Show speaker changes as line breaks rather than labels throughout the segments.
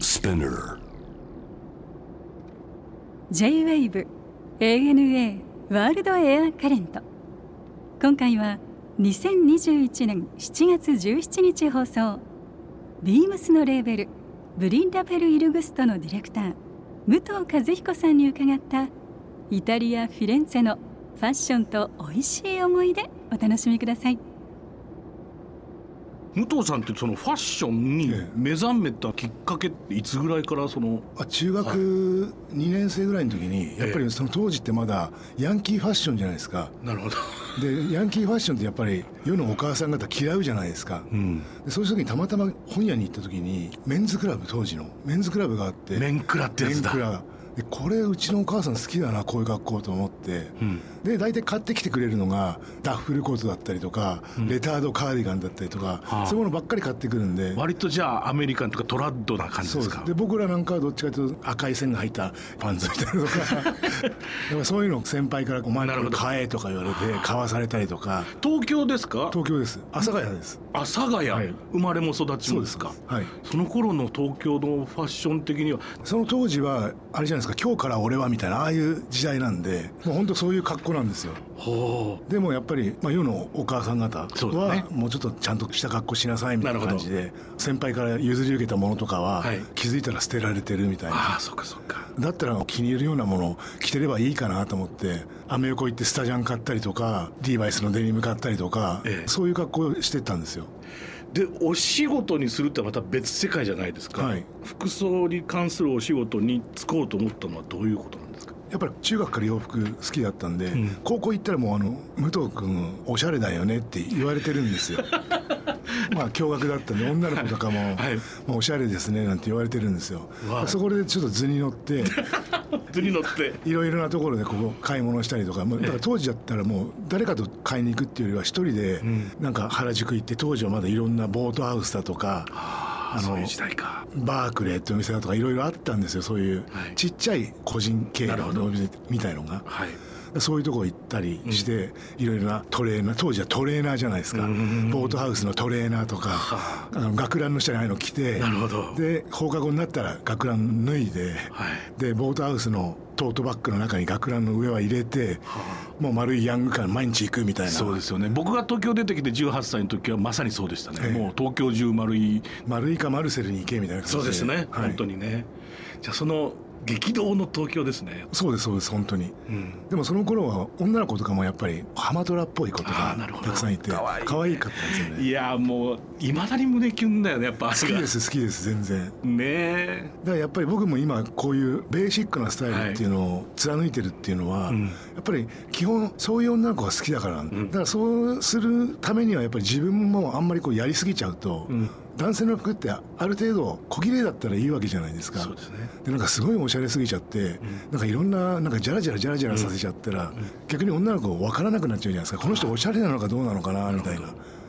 Spinner.
J-WAVE ANA ワールドエアカレント今回は2021年7月17日放送ビームスのレーベルブリンダペル・イルグストのディレクター武藤和彦さんに伺ったイタリア・フィレンツェのファッションと美味しい思い出お楽しみください
武藤さんってそのファッションに目覚めたきっかけっていつぐらいからその
あ中学2年生ぐらいの時にやっぱりその当時ってまだヤンキーファッションじゃないですか
なるほど、
でヤンキーファッションってやっぱり世のお母さん方嫌うじゃないですか
うん、
でそういう時にたまたま本屋に行った時にメンズクラブ当時のメンズクラブがあって
メンクラってや
メン
つだ
クラでこれうちのお母さん好きだなこういう格好と思って、
うん
で大体買ってきてくれるのがダッフルコートだったりとか、レタードカーディガンだったりとか、
はあ
そういうものばっかり買ってくるんで
割とじゃあアメリカンとかトラッドな感じ
そう
で
ですす
か
で僕らなんかはどっちかというと赤い線が入ったパンツみたいなのと かやっぱそういうのを先輩から「お前
な
こ
るほ
れ
ど
買え」とか言われて買わされたりとか
東京ですか
東京です阿佐ヶ谷です
阿佐ヶ谷、
はい
生まれも育ちもですか
そうですはい
その頃の東京のファッション的には
その当時はあれじゃないですか「今日から俺は」みたいなああいう時代なんでもう本当そういう格好なんですよ
ほ
でもやっぱり、まあ、世のお母さん方
そうだね
はもうちょっとちゃんとした格好しなさいみたいな
なるほ
感
ど
じで先輩から譲り受けたものとかは
はい
気づいたら捨てられてるみたいな、
ああそっかそっか
だったら気に入るようなものを着てればいいかなと思ってアメ横行ってスタジャン買ったりとかリーバイスのデニム買ったりとか、
ええ
そういう格好をしてったんですよ
でお仕事にするってまた別世界じゃないですか、
はい
服装に関するお仕事に就こうと思ったのはどういうことなんです か
やっぱり中学から洋服好きだったんで、
ん
高校行ったらもうあの「武藤君おしゃれだよね」って言われてる んですよまあ驚愕だったんで女の子とかも「
はい
まあ、おしゃれですね」なんて言われてるんですよ
わあ
そこでちょっと図に乗って
図に乗って
いろいろなところでこう買い物したりとか、まあだから当時だったらもう誰かと買いに行くっていうよりは一人でなんか原宿行って当時はまだいろんなボートハウスだとか、
あ
あの
そういう時代か
バークレーっていうお店だとかいろいろあったんですよそういう
はい
ちっちゃい個人経営のお店みたいのが。
はい
そういうとこ行ったりして、いろいろなトレーナー当時はトレーナーじゃないですか、ボートハウスのトレーナーとか、あの学ランの下にああいうの着て
なるほど
で放課後になったら学ラン脱いで、
はい
でボートハウスのトートバッグの中に学ランの上は入れて、もう丸いヤング感毎日行くみたいな
そうですすよね僕が東京出てきて18歳の時はまさにそうでしたね、
ええ
もう東京中丸い
丸いかマルセルに行けみたいな感じ
そうですね、
はい
本当にねじゃあその激動の東京ですね
そうですそうです本当に
うん
でもその頃は女の子とかもやっぱりハマトラっぽい子と
あ
か
ーなるほど
たくさんいて
かわいいね
可愛かったんですよね
いやもういまだに胸キュンだよねやっぱ好
好きです好きです全然
ねえ
だからやっぱり僕も今こういうベーシックなスタイルっていうのを貫いてるっていうのは、
うん
やっぱり基本そういう女の子が好きだから、だからそうするためにはやっぱり自分もあんまりこうやりすぎちゃうと、
ん
男性の服ってある程度小綺麗だったらいいわけじゃないですか
そうですね
でなんかすごいおしゃれすぎちゃって、なんかいろんななんかジャラジャラジャラジャラさせちゃったら、逆に女の子分からなくなっちゃうじゃないですかこの人おしゃれなのかどうなのかなみたいな。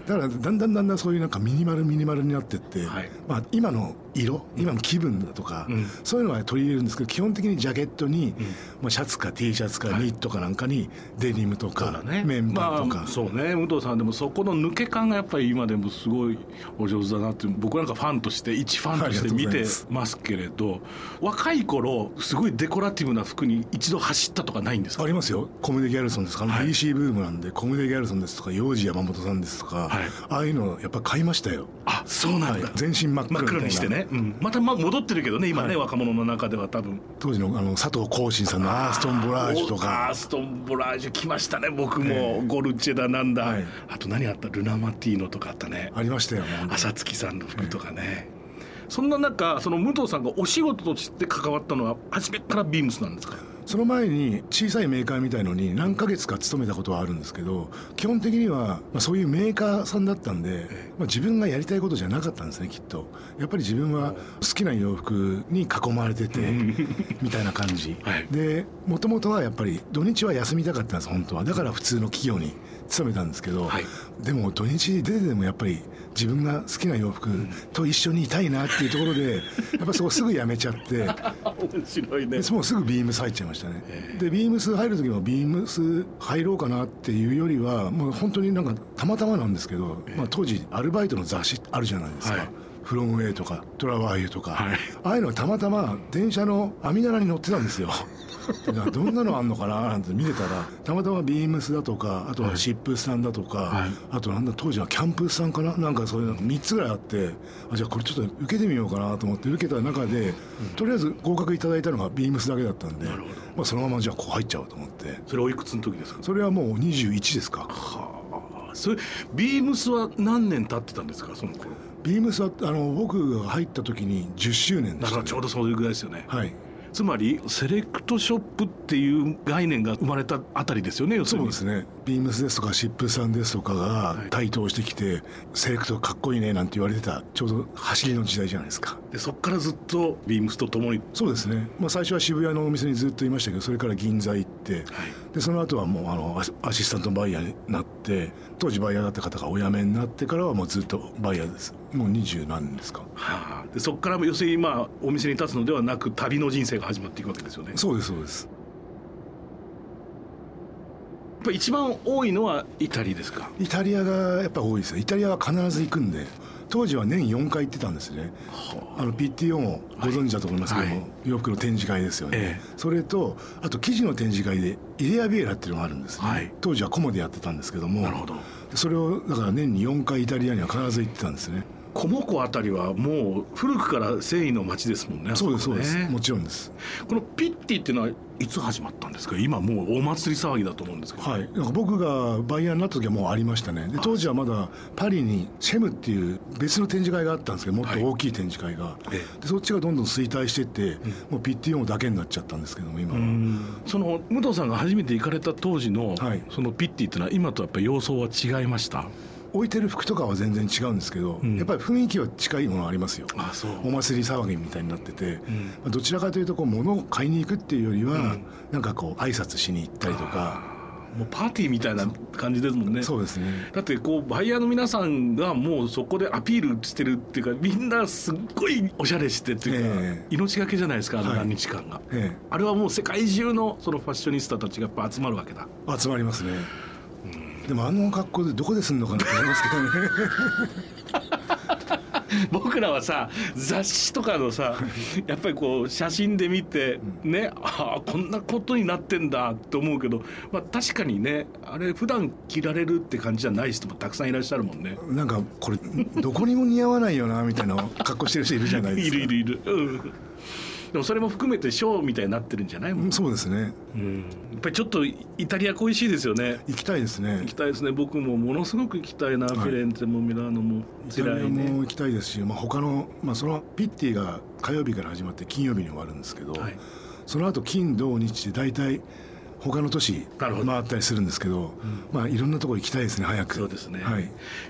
だからだんだんだんだんそういうなんかミニマルミニマルになってって、
はい
まあ、今の色今の気分だとか、
うん
そういうのは取り入れるんですけど基本的にジャケットに、まあ、シャツか T シャツかニットかなんかにデニムと
そう
か、
だね
メンバーとか、
まあ、そうね武藤さんでもそこの抜け感がやっぱり今でもすごいお上手だなって僕なんかファンとして一ファンとして
あり
見
がとうご
て
ざいます
ますけれど若い頃すごいデコラティブな服に一度走ったとかないんですか
ありますよコムデ・ギャルソンですか、
はい
DC ブームなんでコムデ・ギャルソンですとか幼児山本さんですとか、
はい
ああいうのやっぱ買いましたよ
あそうなんだ、
はい全身真っ
真っ
黒みたいな
黒にしてね、うんまたま戻ってるけどね今ね、若者の中では多分
当時のあの佐藤浩信さんのアーストン・ボラージュと
おア
か
ーストンボラージュ来ましたね僕も、ゴルチェだなんだ、
はい
あと何あったルナマティーノとかあったね
ありましたよ本当に
朝月さんの服とかね、そんな中その武藤さんがお仕事として関わったのは初めからビームスなんですか
その前に小さいメーカーみたいのに何ヶ月か勤めたことはあるんですけど基本的にはまあそういうメーカーさんだったんで、まあ、自分がやりたいことじゃなかったんですねきっとやっぱり自分は好きな洋服に囲まれててみたいな感じ、
はい
でもともとはやっぱり土日は休みたかったんです本当はだから普通の企業に勤めたんですけど、
はい
でも土日出てでもやっぱり自分が好きな洋服と一緒にいたいなっていうところでやっぱそこすぐ辞めちゃって。
面白いね
でもうすぐビームス入っちゃいましたね、でビームス入る時もビームス入ろうかなっていうよりはもう本当になんかたまたまなんですけど、まあ、当時アルバイトの雑誌あるじゃないですか、
はい
フロムウェイとかトラワーユとか、
はい
ああいうのがたまたま電車の網棚に乗ってたんですよ でなどんなのあんのかななんて見てたらたまたまビームスだとかあとはシップスさんだとか、
はい
あとなんだ当時はキャンプスさんかななんかそういうの3つぐらいあってあじゃあこれちょっと受けてみようかなと思って受けた中で、とりあえず合格いただいたのがビームスだけだったんで
なるほど
まあ、そのままじゃあここ入っちゃおうと思って
それおいくつの時ですか
それはもう21ですか
はあそれビームスは何年経ってたんですかその頃
ビームスはあの僕が入った時に10周年で
だか
した、
ら
ね、
ちょうどそういうぐらいですよね、
はい
つまりセレクトショップっていう概念が生まれたあたりですよね要する
そう
に
ですねビームスですとかシップさんですとかが
はい
台頭してきて、セレクトかっこいいねなんて言われてたちょうど走りの時代じゃないですか
でそこからずっとビームスと共に
そうですね、まあ、最初は渋谷のお店にずっといましたけどそれから銀座行って
はい
でその後はもうあのアシアシスタントバイヤーになって当時バイヤーだった方がお辞めになってからはもうずっとバイヤーですもう二十何ですか
はあ、でそこから要するにまあお店に立つのではなく旅の人生が始まっていくわけですよねやっ
そうですそうです
ぱ一番多いのはイタリアですか
イタリアがやっぱ多いですねイタリアは必ず行くんで当時は年4回行ってたんですねあの PTO もご存知だと思いますけども、
はい
洋服の展示会ですよね、
ええ
それとあと生地の展示会でイレアビエラっていうのがあるんですね、
はい
当時はコモでやってたんですけども
なるほど
それをだから年に4回イタリアには必ず行ってたんですね
コモコあたりはもう古くから繊維の街ですもんねあ
そう
こ
ですそうです、
ね
もちろんです
このピッティっていうのはいつ始まったんですか今もうお祭り騒ぎだと思うんですけど、
はいなんか僕がバイヤーになった時はもうありましたねで当時はまだパリにシェムっていう別の展示会があったんですけどもっと大きい展示会が、
え
でそっちがどんどん衰退してって、もうピッティオンだけになっちゃったんですけども今は、
その武藤さんが初めて行かれた当時の、
はい
そのピッティっていうのは今とやっぱり様相は違いました
置いてる服とかは全然違うんですけど、
ん
やっぱり雰囲気は近いものありますよ
あそう
お祭り騒ぎみたいになってて、まあどちらかというとこう物を買いに行くっていうよりは、なんかこう挨拶しに行ったりとか
もうパーティーみたいな感じですもんね
そうですね
だってこうバイヤーの皆さんがもうそこでアピールしてるっていうかみんなすっごいおしゃれしてっていうか、
え
命がけじゃないですかあの
はい
何日間が、
え
あれはもう世界中のそのファッショニスタたちがやっぱ集まるわけだ
え集まりますね、でもあの格好でどこですんのかなと思いますけどね
僕らはさ雑誌とかの さやっぱりこう写真で見てねああこんなことになってんだって思うけど、まあ、確かにねあれ普段着られるって感じじゃない人もたくさんいらっしゃるもんね。
なんかこれどこにも似合わないよなみたいな格好してる人いるじゃないで す
い
か
るいるいる、うん、でもそれも含めてショーみたいになってるんじゃないも、
うんんそうですね
うん、やっぱりちょっとイタリア恋しいですよね
行きたいですね
行きたいですね僕もものすごく行きたいな、
い
フィレンツェもミラーノも
イタリア
辛い
も
ね
行きたいですし、まあ、他の、まあ、そのピッティが火曜日から始まって金曜日に終わるんですけど、
はい
その後金土日で大体他の都市
なる
回
ほど
ったりするんですけどまあ、いろんなとこ行きたいですね早く
そうですね、
はい、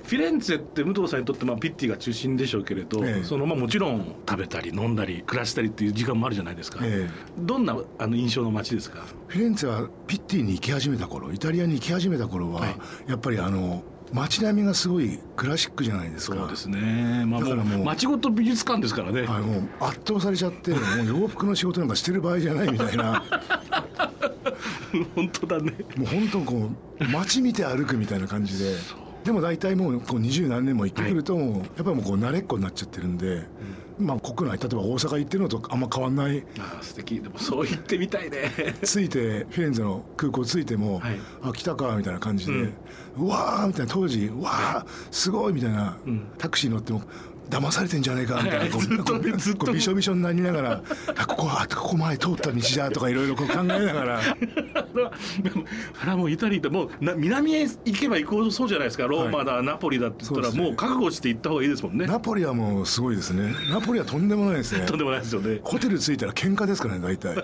フィレンツェって武藤さんにとってまあピッティが中心でしょうけれど、
ええ
そのまあもちろん食べたり飲んだり暮らしたりっていう時間もあるじゃないですか、
ええ
どんなあの印象の街ですか
フィレンツェはピッティに行き始めた頃イタリアに行き始めた頃は、
はい
やっぱりあの街並みがすごいクラシックじゃないですか
そうですね、まあ、
だ
も
か
う
らもう
街ごと美術館ですからね、
はい、もう圧倒されちゃってもう洋服の仕事なんかしてる場合じゃないみたいな
本当だね
もう本当こう街見て歩くみたいな感じででも大体もうこう二十何年も行ってくるともう、やっぱりもうこう慣れっこになっちゃってるんで、まあ国内例えば大阪行ってるのとあんま変わんない
ああ素敵でもそう言ってみたいね
着いてフィレンツェの空港着いても、
はい
あ来たかみたいな感じで、うわーみたいな当時うわーすごいみたいな、タクシー乗っても騙されてんじゃねえかみたいな、
はい
こ
ずっと
うこう
ずっと
こうびしょびしょになりながらあここはあここ前通った道だとかいろいろこう考えなが ら
あれはあれはもうイタリーってもうな南へ行けば行こうそうじゃないですかローマだ、ナポリだって言った
そう
ら
ですね
もう覚悟して行った方がいいですもんね
ナポリはもうすごいですねナポリはとんでもないですね
とんでもないですよね
ホテル着いたら喧嘩ですからね大 体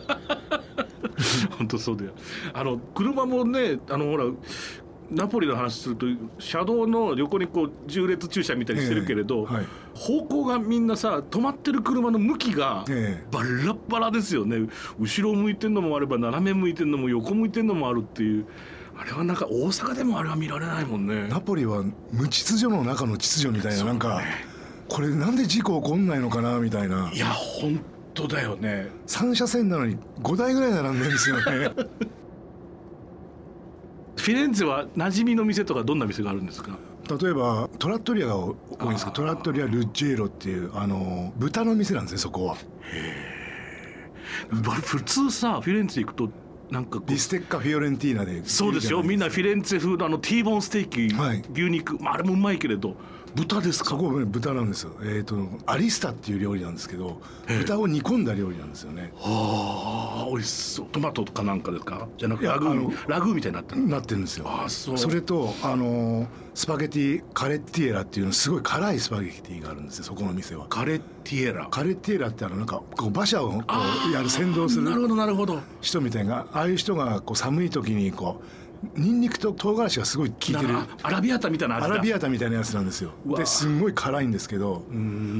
本当そうだよあの車もねあのほらナポリの話すると車道の横にこう縦列駐車みたいにしてるけれど、
ええはい
方向がみんなさ止まってる車の向きが
ええ
バラッバラですよね後ろ向いてるのもあれば斜め向いてるのも横向いてるのもあるっていうあれはなんか大阪でもあれは見られないもんね
ナポリは無秩序の中の秩序みたいななんかこれなんで事故起こんないのかなみたいない
や本当だよね
3車線なのに5台ぐらい並んでるんですよね
フフィレンツェは馴染みの店とかどんな店があるんですか
例えばトラットリアが多いんですけどトラットリアルッジェーロっていうあの豚の店なんですねそこは
普通さフィレンツェ行くとなんかこう
ビステッカフィオレンティーナで
そうですよみんなフィレンツェ風のあのティーボンステーキ、
はい
牛肉、まあ、あれもうまいけれど豚ですか
そこはね豚なんですよ、えー、とアリスタっていう料理なんですけど豚を煮込んだ料理なんですよね
ああ美味しそうトマトとかなんかですかじゃなくて
いや
ラグ
あ
ー
の
ラグーみたいになってる
なってるんですよ
あーそう
れとあのースパゲティカレッティエラっていうのすごい辛いスパゲティがあるんですよそこの店は
カレッティエラ
カレッティエラってあのなんかこう馬車をこうやる先導す
なる
る
ほどなるほど
人みたいなああいう人がこう寒い時にこうニンニクと唐辛子がすごい効いてる
なるアラビアータみたいな
ア
味だ
ラビアータみたいなやつなんですよ
うわ
ですんごい辛いんですけど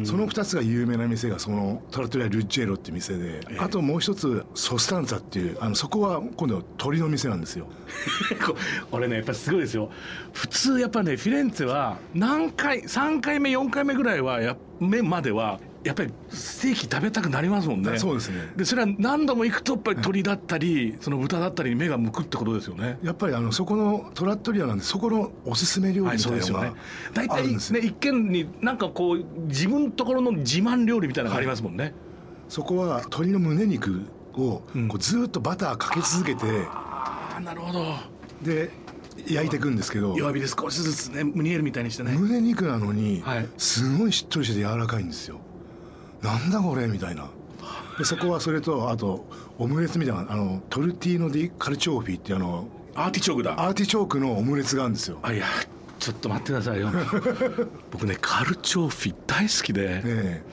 その2つが有名な店がそのトラトリア・ルッジェロって店で、あともう一つソスタンツァっていうあのそこは今度鳥の店なんですよ
こ俺ねやっぱすごいですよ普通やっぱねフィレンツェは何回3回目4回目ぐらいはや目まではやっぱりステーキ食べたくなりますもんね
あそうですね
でそれは何度も行くとやっぱり鳥だったり、その豚だったりに目が向くってことですよね
やっぱりあのそこのトラトリアなんでそこのおすすめ料理
は
み
い
た
そ
いうな
です
の
よ
が
ね大
あ
体
るん
ね
ですよ
一見になんかこう自分ところの自慢料理みたいなのがありますもんね、
そこは鶏の胸肉をこうずーっとバターかけ続けて
ああなるほど
で焼いていくんですけど
弱火で少しずつねムニエルみたいにしてね
胸肉なのに
はい
すごいしっとりしてて柔らかいんですよなんだこれみたいなでそこはそれとあとオムレツみたいなあのトルティーノ・ディ・カルチョーフィっていうあの
アーティチョークだ
アーティチョークのオムレツがあるんですよ
あいやちょっと待ってくださ いよ僕ねカルチョーフィ大好きで、
え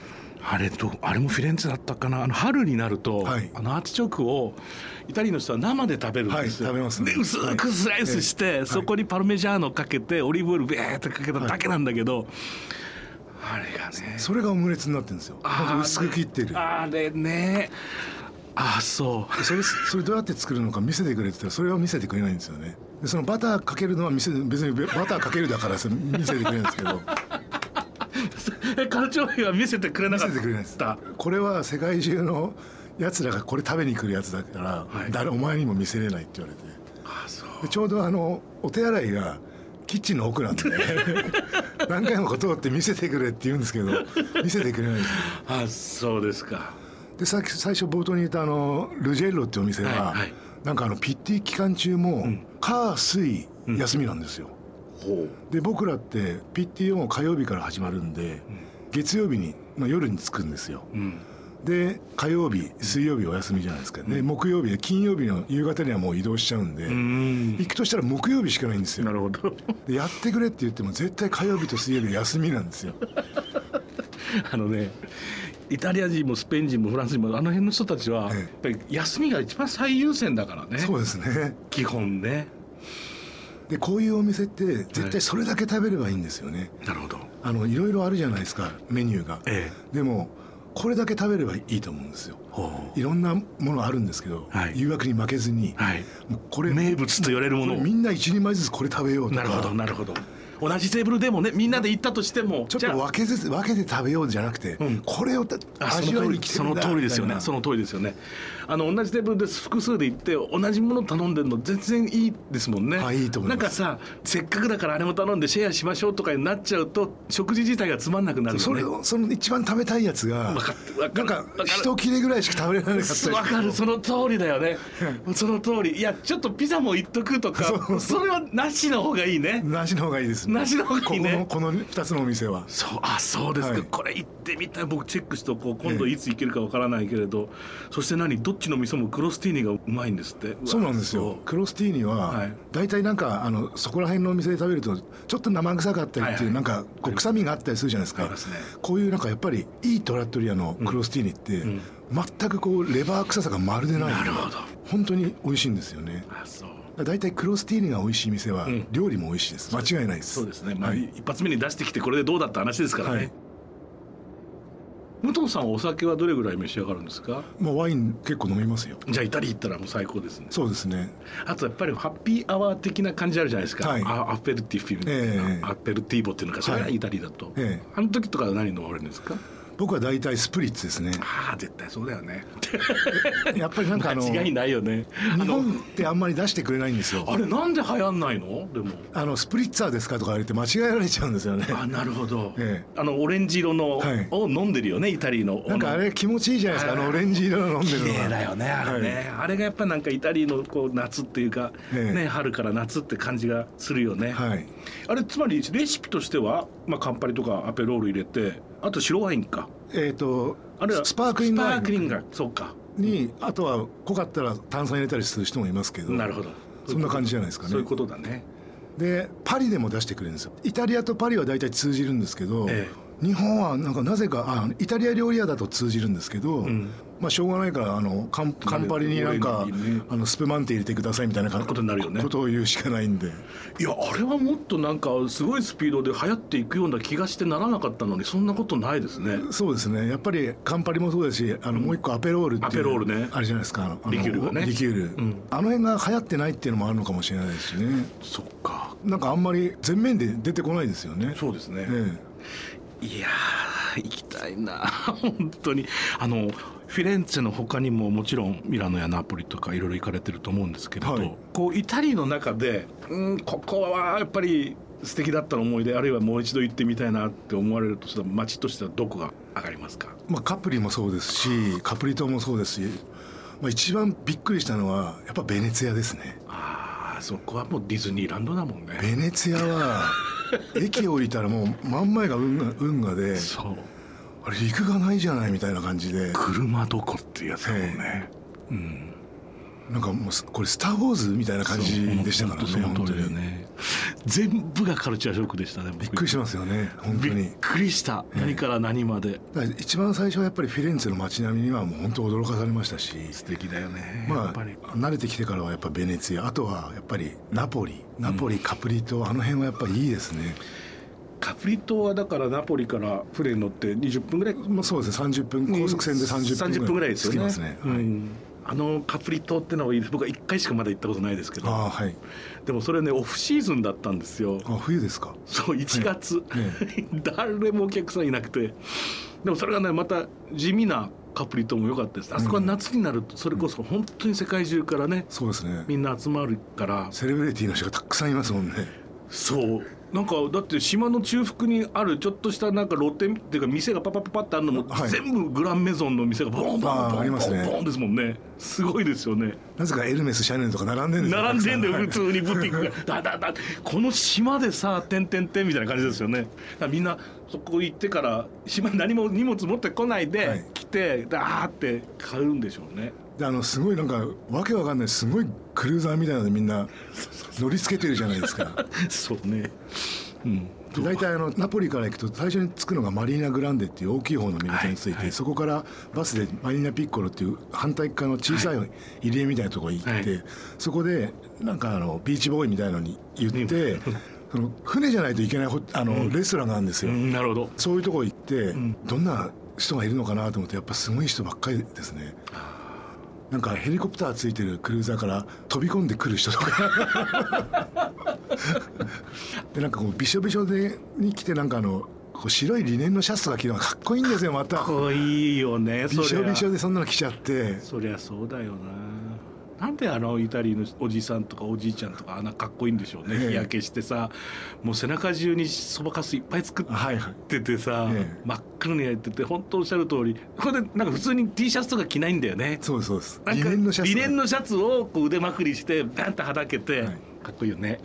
あれどあれもフィレンツェだったかなあの春になると、
はい
あのアーティチョークをイタリアの人は生で食べるんですよ、
はい食べますね
で薄くスライスして、そこにパルメジャーノかけてオリーブオイルベーってかけただけなんだけど、あれがね
えそれがオムレツになってるんですよ
あー
薄く切ってる
あれねああそう
それそれどうやって作るのか見せてくれって言ったらそれは見せてくれないんですよねでそのバターかけるのは見せ別にバターかけるだからそれ見せてくれるんですけど
え カルチョーフィは見せてくれな
見
か
せ
って
くれないです
た
これは世界中のやつらがこれ食べに来るやつだから、
はい
誰お前にも見せれないって言われて
あそう
でちょうどあのお手洗いがキッチンの奥な んで何回もこう通って見せてくれって言うんですけど見せてくれないんですよ
あそうですか
でさっき最初冒頭に言ったあのルジェッロってお店は、
はいはい
なんかあのピッティ期間中も火水休みなんですよ、
ほう
で僕らってピッティを火曜日から始まるんで、月曜日にの夜に着くんですよ
うん
で火曜日水曜日お休みじゃないですか、で木曜日で金曜日の夕方にはもう移動しちゃうんで、
うん
行くとしたら木曜日しかないんですよ
なるほど
でやってくれって言っても絶対火曜日と水曜日休みなんですよ
あのねイタリア人もスペイン人もフランス人もあの辺の人たちは
ええ
やっぱり休みが一番最優先だからね
そうですね
基本ね
でこういうお店って絶対それだけ食べればいいんですよね、
なるほど
あのいろいろあるじゃないですかメニューが、
え
でもこれだけ食べればいいと思うんですよ
ほ
いろんなものあるんですけど、
はい
誘惑に負けずに、
はい
もうこれ
名物と言われるものを
これみんな一人前ずつこれ食べようとか
なるほどなるほど同じテーブルでもねみんなで行ったとしても
ちょっと
じゃあ
分けずつ分けて食べようじゃなくて、
ん
これをた
あそ
味わ
の通
いに
り
来て
そ
るん
の
だ
通りですよ
みたい
ね
な
その通りですよねあの同じテーブルです複数で行って同じもの頼んでるの全然いいですもんね
はいいいと思います
なんかさせっかくだからあれも頼んでシェアしましょうとかになっちゃうと食事自体がつまんなくなるよね
それをその一番食べたいやつが
かるわか
な
る
んか
わかる
一切れぐらいしか食べられなかったり
わかるその通りだよねその通りいやちょっとピザも行っとくとかそれはなしの方がいいね
なしの方がいいです
なしの方がいいね
ここのこの2つのお店は
そうあそうですか、
はい
これ行ってみたい僕チェックしておこう今度いつ行けるかわからないけれど、そして何どっちの店もクロスティーニがうまいんですってわ
そうなんですよクロスティーニ
は
はい大体なんかあのそこら辺のお店で食べるとちょっと生臭かったりっ
はい
てい
は
う
い
なんかこう臭みがあったりするじゃないです
あ
か
りますね
こういうなんかやっぱりいいトラットリアのクロスティーニって全くこうレバー臭さがまるでない
なるほど
本当に美味しいんですよね
あそう
大体クロスティーニが美味しい店は
ん
料理も美味しいです間違いないです
そうですね、まあ一発目に出してきてこれでどうだった話ですからね、
はい
武藤さんはお酒はどれぐらい召し上がるんですか
まあワイン結構飲みますよ
じゃあイタリア行ったらもう最高ですね
そうですね
あとやっぱりハッピーアワー的な感じあるじゃないですか、
はい
あアッペルティフィみたいな、
ええ
アッペルティーボっていうのかそれが
はい
イタリアだと、
ええ
あの時とかは何飲まれるんですか
だ僕は大体スプリッツですね
ああ絶対そうだよね
やっぱりなんかあの
間違い
日
ないよねあの
本ってあんまり出してくれないんですよ
あれなんで流行んないのでも
あのスプリッツァーですかとか言われて間違えられちゃうんですよね
あなるほど、
え
あのオレンジ色の
はい
を飲んでるよね、イタリーの
なんかあれ気持ちいいじゃないですかあのオレンジ色の飲んで
綺
るの
麗だ
が
よねあれね、あれがやっぱなんかイタリーのこう夏っていうか、
ええ
ね春から夏って感じがするよね、
はい
あれつまりレシピとしては、まあ、カンパリとかアペロール入れてあと白ワインか
えっと
あれは
スパークリング
スパ
ワイ
ー
ン
クリングがそうか
にあとは濃かったら炭酸入れたりする人もいますけど
なるほど
そんな感じじゃないですかね
そういうことだね
でパリでも出してくれるんですよイタリアとパリは大体通じるんですけど、
え
日本はなんかなぜかあイタリア料理屋だと通じるんですけど、
ん
まあ、しょうがないからあのカンカンパリになんか、
俺にね
あのスペマンテ入れてくださいみたいな
ことになるよね
ことを言うしかないんで
いやあれはもっとなんかすごいスピードで流行っていくような気がしてならなかったのにそんなことないですね
そうですねやっぱりカンパリもそうですしあのもう一個アペロールっていう
アペロールね
あれじゃないですかあのあの
リキュールがね
リキュール、
ん
あの辺が流行ってないっていうのもあるのかもしれないですしね
そっか
なんかあんまり全面で出てこないですよね
そうですね、
え
いやー行きたいな 本当にあのフィレンツェの他にももちろんミラノやナポリとかいろいろ行かれてると思うんですけれど、
はい
こうイタリーの中でうんここはやっぱり素敵だった思い出あるいはもう一度行ってみたいなって思われるとしたら街としてはどこが上がりますか
えまあ、カプリもそうですしカプリ島もそうですし、まあ、一番びっくりしたのはやっぱベネツィアですね
あーそこはもうディズニーランドだもんね
ベネツィアは駅降りたらもう真ん前が運河運河で
そう
あれ陸がないじゃないみたいな感じで
車どこっていうやつだもんね、うん
なんかもうすこれ「スター・ウォーズ」みたいな感じでしたからね
そう本当
本
その通
当
りだよ
に
ね全部がカルチャーショックでしたね
びっくりしますよね本当
び
に
っくりした
ええ
何から何まで
だから一番最初はやっぱりフィレンツェの街並みにはもう本当驚かされましたし
素敵だよねや
ま
っ
あ
ぱり
慣れてきてからはやっぱベネツィアあとはやっぱりナポリナポリ、カプリ島あの辺はやっぱいいですね、
カプリ島はだからナポリから船に乗って20分ぐらい
まあ、そうですね30分高速船で30
30
分
分
ぐ
ぐ
ら
らい
い
ですよ
着き
ね
ますね、
う
はい
んあのカプリ島ってのは僕は1回しかまだ行ったことないですけ
あ
ど
あはい
でもそれねオフシーズンだったんですよ
あ冬ですか
そう1月、
え
誰もお客さんいなくてでもそれがねまた地味なカプリ島も良かったですあそこは夏になるとそれこそ本当に世界中からね
そうですね
みんな集まるから
セレブリティの人がたくさんいますもんね
そうなんかだって島の中腹にあるちょっとしたなんか露店っていうか店がパパパパってあるのも
はい
全部グランメゾンの店がボンボンボン
あー
ボ
あり
ンボ
ます
ン
ね
ボンですもんねすごいですよ ね
なぜかエルメスシャネルとか並んでるんですよ
並んでんだよ
た
普
くさ
通にブティックがだだだこの島でさ「てんてんてん」みたいな感じですよねだからみんなそこ行ってから島に何も荷物持ってこない
はい
で来てダーって買うんでしょう ね
であのすごいなんかわけわかんないすごいクルーザーみたいなのでみんな乗りつけてるじゃないですか
そうねうん
で大体あのナポリから行くと最初に着くのがマリーナ・グランデっていう大きい方の港に着いて、
はいはい
そこからバスでマリーナ・ピッコロっていう反対側の小さい入り江みたいなところに行って、
は
そこでなんかあのビーチボーイみたいのに言って、その船じゃないといけないほあの、レストランがあるんです
う
よ、
んなるほど
そういうとこ行って、
ん
どんな人がいるのかなと思ってやっぱすごい人ばっかりですねなんかヘリコプターついてるクルーザーから飛び込んでくる人とかでなんかこうびしょびしょでに来てなんかあのこう白いリネンのシャツとか着るのがかっこいいんですよまた
かっこいいよねそ
びしょ
れ
びしょでそんなの着ちゃって
そりゃそうだよななんであのイタリーのおじさんとかおじいちゃんとかあんなかっこいいんでしょうね
ええ
日焼けしてさもう背中中にそばかすいっぱい作っ
はいはい
ててさ、
ええ
真っ黒に焼いてて本当おっしゃる通りこれでなんか普通に T シャツとか着ないんだよね
そうですそうです
なん
リ
か
ネンのシャツ
リネンのシャツをこう腕まくりしてバンとはだけて、
はい
かっこいいよね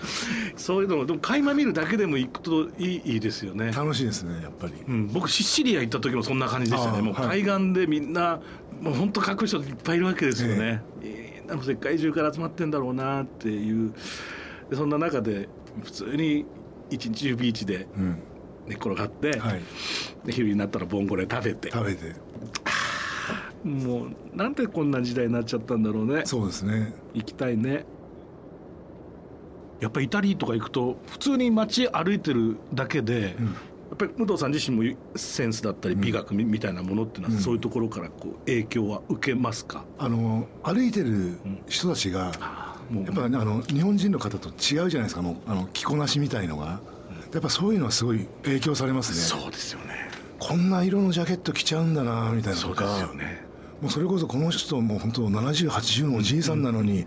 そういうのをでも垣間見るだけでも行くといいいいですよね
楽しいですねやっぱり
うん、僕シシリア行った時もそんな感じでした
あ
ね
あ
もう
はい
海岸でみんな、もう本当かっこいい人いっぱいいるわけですよね、ええなんか世界中から集まってんだろうなっていうでそんな中で普通に一日中ビーチで
うん
寝っ転がって、
はい
で昼になったらボンゴレ食べて
食べて
もうなんでこんな時代になっちゃったんだろうね
そうですね
行きたいねやっぱりイタリーとか行くと普通に街歩いてるだけで、
うん
やっぱり武藤さん自身もセンスだったり美学みみたいなものっていうのは、
うん
そういうところからこう影響は受けますか、
あの歩いてる人たちが、
もう
やっぱねあの日本人の方と違うじゃないですかもうあの着こなしみたいのがやっぱそういうのはすごい影響されますね
そうですよね
こんな色のジャケット着ちゃうんだなみたいな
そ
と
うですよ
か
ね
もうそれこそこの人もう本当7080のおじいさんなのに、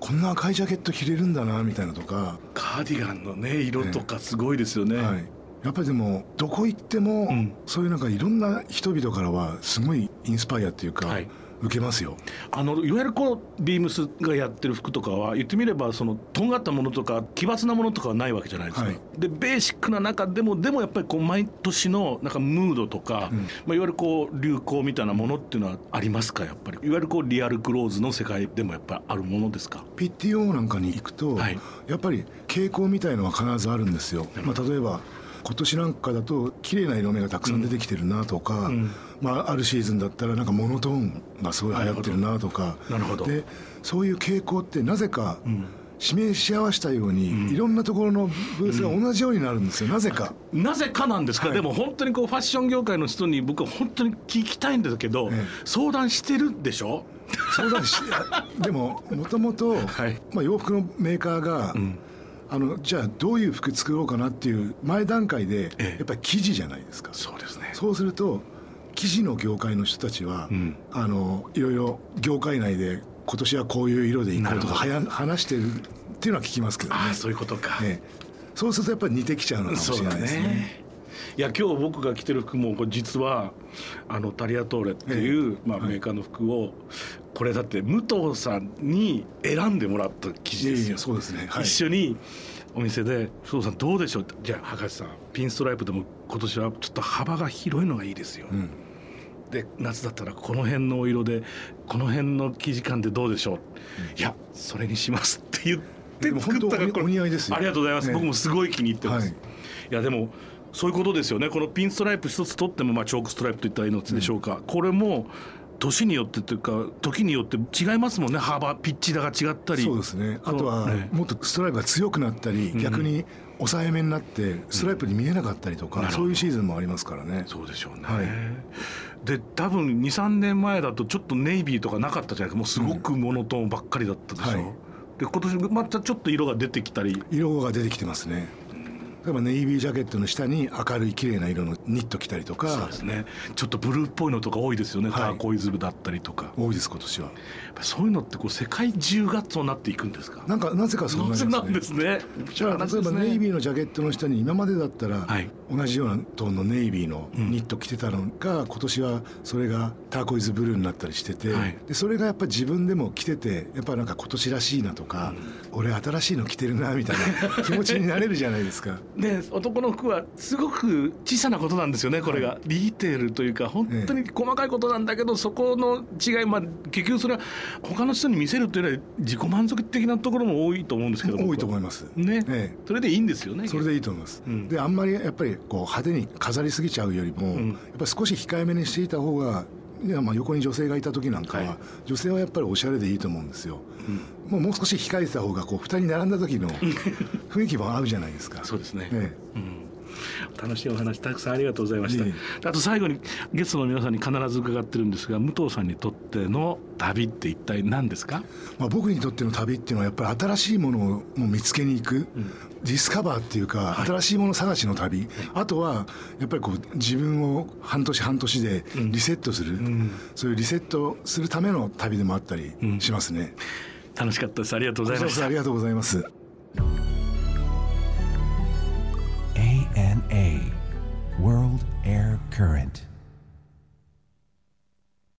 こんな赤いジャケット着れるんだなみたいなとか、
カーディガンのね色とかすごいですよね、
はい、やっぱりでもどこ行っても、
ん
そういうなんかいろんな人々からはすごいインスパイアっていうか、
はい
受けますよ
あのいわゆるこうビームスがやってる服とかは言ってみればそのとんがったものとか奇抜なものとかはないわけじゃないですか、
はい
でベーシックな中でもでもやっぱりこう毎年のなんかムードとか、
うん
まあ、いわゆるこう流行みたいなものっていうのはありますかやっぱりいわゆるこうリアルクローズの世界でもやっぱりあるものですか
PTO なんかに行くと、
はい
やっぱり傾向みたいのは必ずあるんですよ、まあ、例えば今年なんかだと綺麗な色目がたくさん出てきてるなとか、
うん
まあ、あるシーズンだったらなんかモノトーンがすごい流行ってるなとか
なるほど
でそういう傾向ってなぜか
ん
指名し合わせたように、いろんなところのブースが同じようになるんですよ、な ぜか。
なぜかなんですか、
はい
でも本当にこうファッション業界の人に僕は本当に聞きたいんですけど、
ええ
相談してるでしょ
そうだしあでももともと、
はい
まあ、洋服のメーカーが、
ん
あのじゃあどういう服作ろうかなっていう前段階で、
ええ
やっぱり生地じゃないですか
そうですね
そうすると生地の業界の人たちは、
うん
あのいろいろ業界内で今年はこういう色でいこうとかはや話してるっていうのは聞きますけどね
ああそういうことか、
ええそうするとやっぱり似てきちゃうのかも
そ
し
う
れ
だ
ないですね
ね。いや今日僕が着てる服もこれ実はあのタリアトーレっていう、まあ、メーカーの服を、これだって武藤さんに選んでもらった生地
い
で
や
す
い
よ
やそうですね、はい、
一緒にお店で「武藤さんどうでしょう?」って「じゃあ博士さんピンストライプでも今年はちょっと幅が広いのがいいですよ」
うん
で夏だったらこの辺のお色でこの辺の生地感でどうでしょう、いやそれにしますって言って
でも
作った
本当
が
お
これ
お似合いですよ
ありがとうございます、
ええ
僕もすごい気に入ってます、
はい
い、やでもそういうことですよねこのピンストライプ一つ取ってもまあチョークストライプといったらいいのでしょうか、これも年によってというか時によって違いますもんね幅ピッチだが違ったり
そうですねあとは
そうね
もっとストライプが強くなったり、逆に抑えめになってストライプに見えなかったりとか、
なるほど
そういうシーズンもありますからね
そうでしょうね、
はい
で多分23年前だとちょっとネイビーとかなかったじゃないですかもうすごくモノトーンばっかりだったでしょ、
はい
で今年またちょっと色が出てきたり
色が出てきてますね例えばネイビージャケットの下に明るい綺麗な色のニット着たり
そ
と
う
か
ですねちょっとブルーっぽいのとか多いですよね、
はい
ターコイズ部だったりとか
多いです今年は
やっぱそういうのってこう世界中がそうなっていくんですか
なんかなぜかそうなり
な
ます
ん
ね
ですね面
じゃ
白い
あ
話
例え
で
ば
すね
ネイビーのジャケットの下に今までだったら、
はい
同じようなトーンのネイビーのニット着てたのが、今年はそれがターコイズブルーになったりしてて、
はい
でそれがやっぱ自分でも着ててやっぱなんか今年らしいなとか、俺新しいの着てるなみたいな気持ちになれるじゃないで すか。
ね、男の服はすごく小さなことなんですよね、これが、リテールというか、本当に細かいことなんだけど、そこの違い、まあ、結局それは他の人に見せるというのは、自己満足的なところも多いと思うんですけど、
多いと思い
ま
ます。
ね、
ええ
それでいいんですよね、
それでいいと思います、
うん
であんまりやっぱりこう派手に飾りすぎちゃうよりも、
ん
やっぱ少し控えめにしていた方がいやまあ横に女性がいた時なんかは、
はい
女性はやっぱりおしゃれでいいと思うんですよ、もうもう少し控えてた方がこう2人並んだ時の雰囲気も合うじゃないですか
そうですね、
え
うん、楽しいお話、たくさんありがとうございました、
いえい
あと最後に、ゲストの皆さんに必ず伺ってるんですが、武藤さんにとっての旅って一体何ですか
まあ、僕にとっての旅っていうのはやっぱり新しいものをもう見つけに行く、ディスカバーっていうか新しいもの探しの旅、あとはやっぱりこう自分を半年半年でリセットする、そういうリセットするための旅でもあったりしますね、
楽しかったです、ありがとうございました
ありがとうございます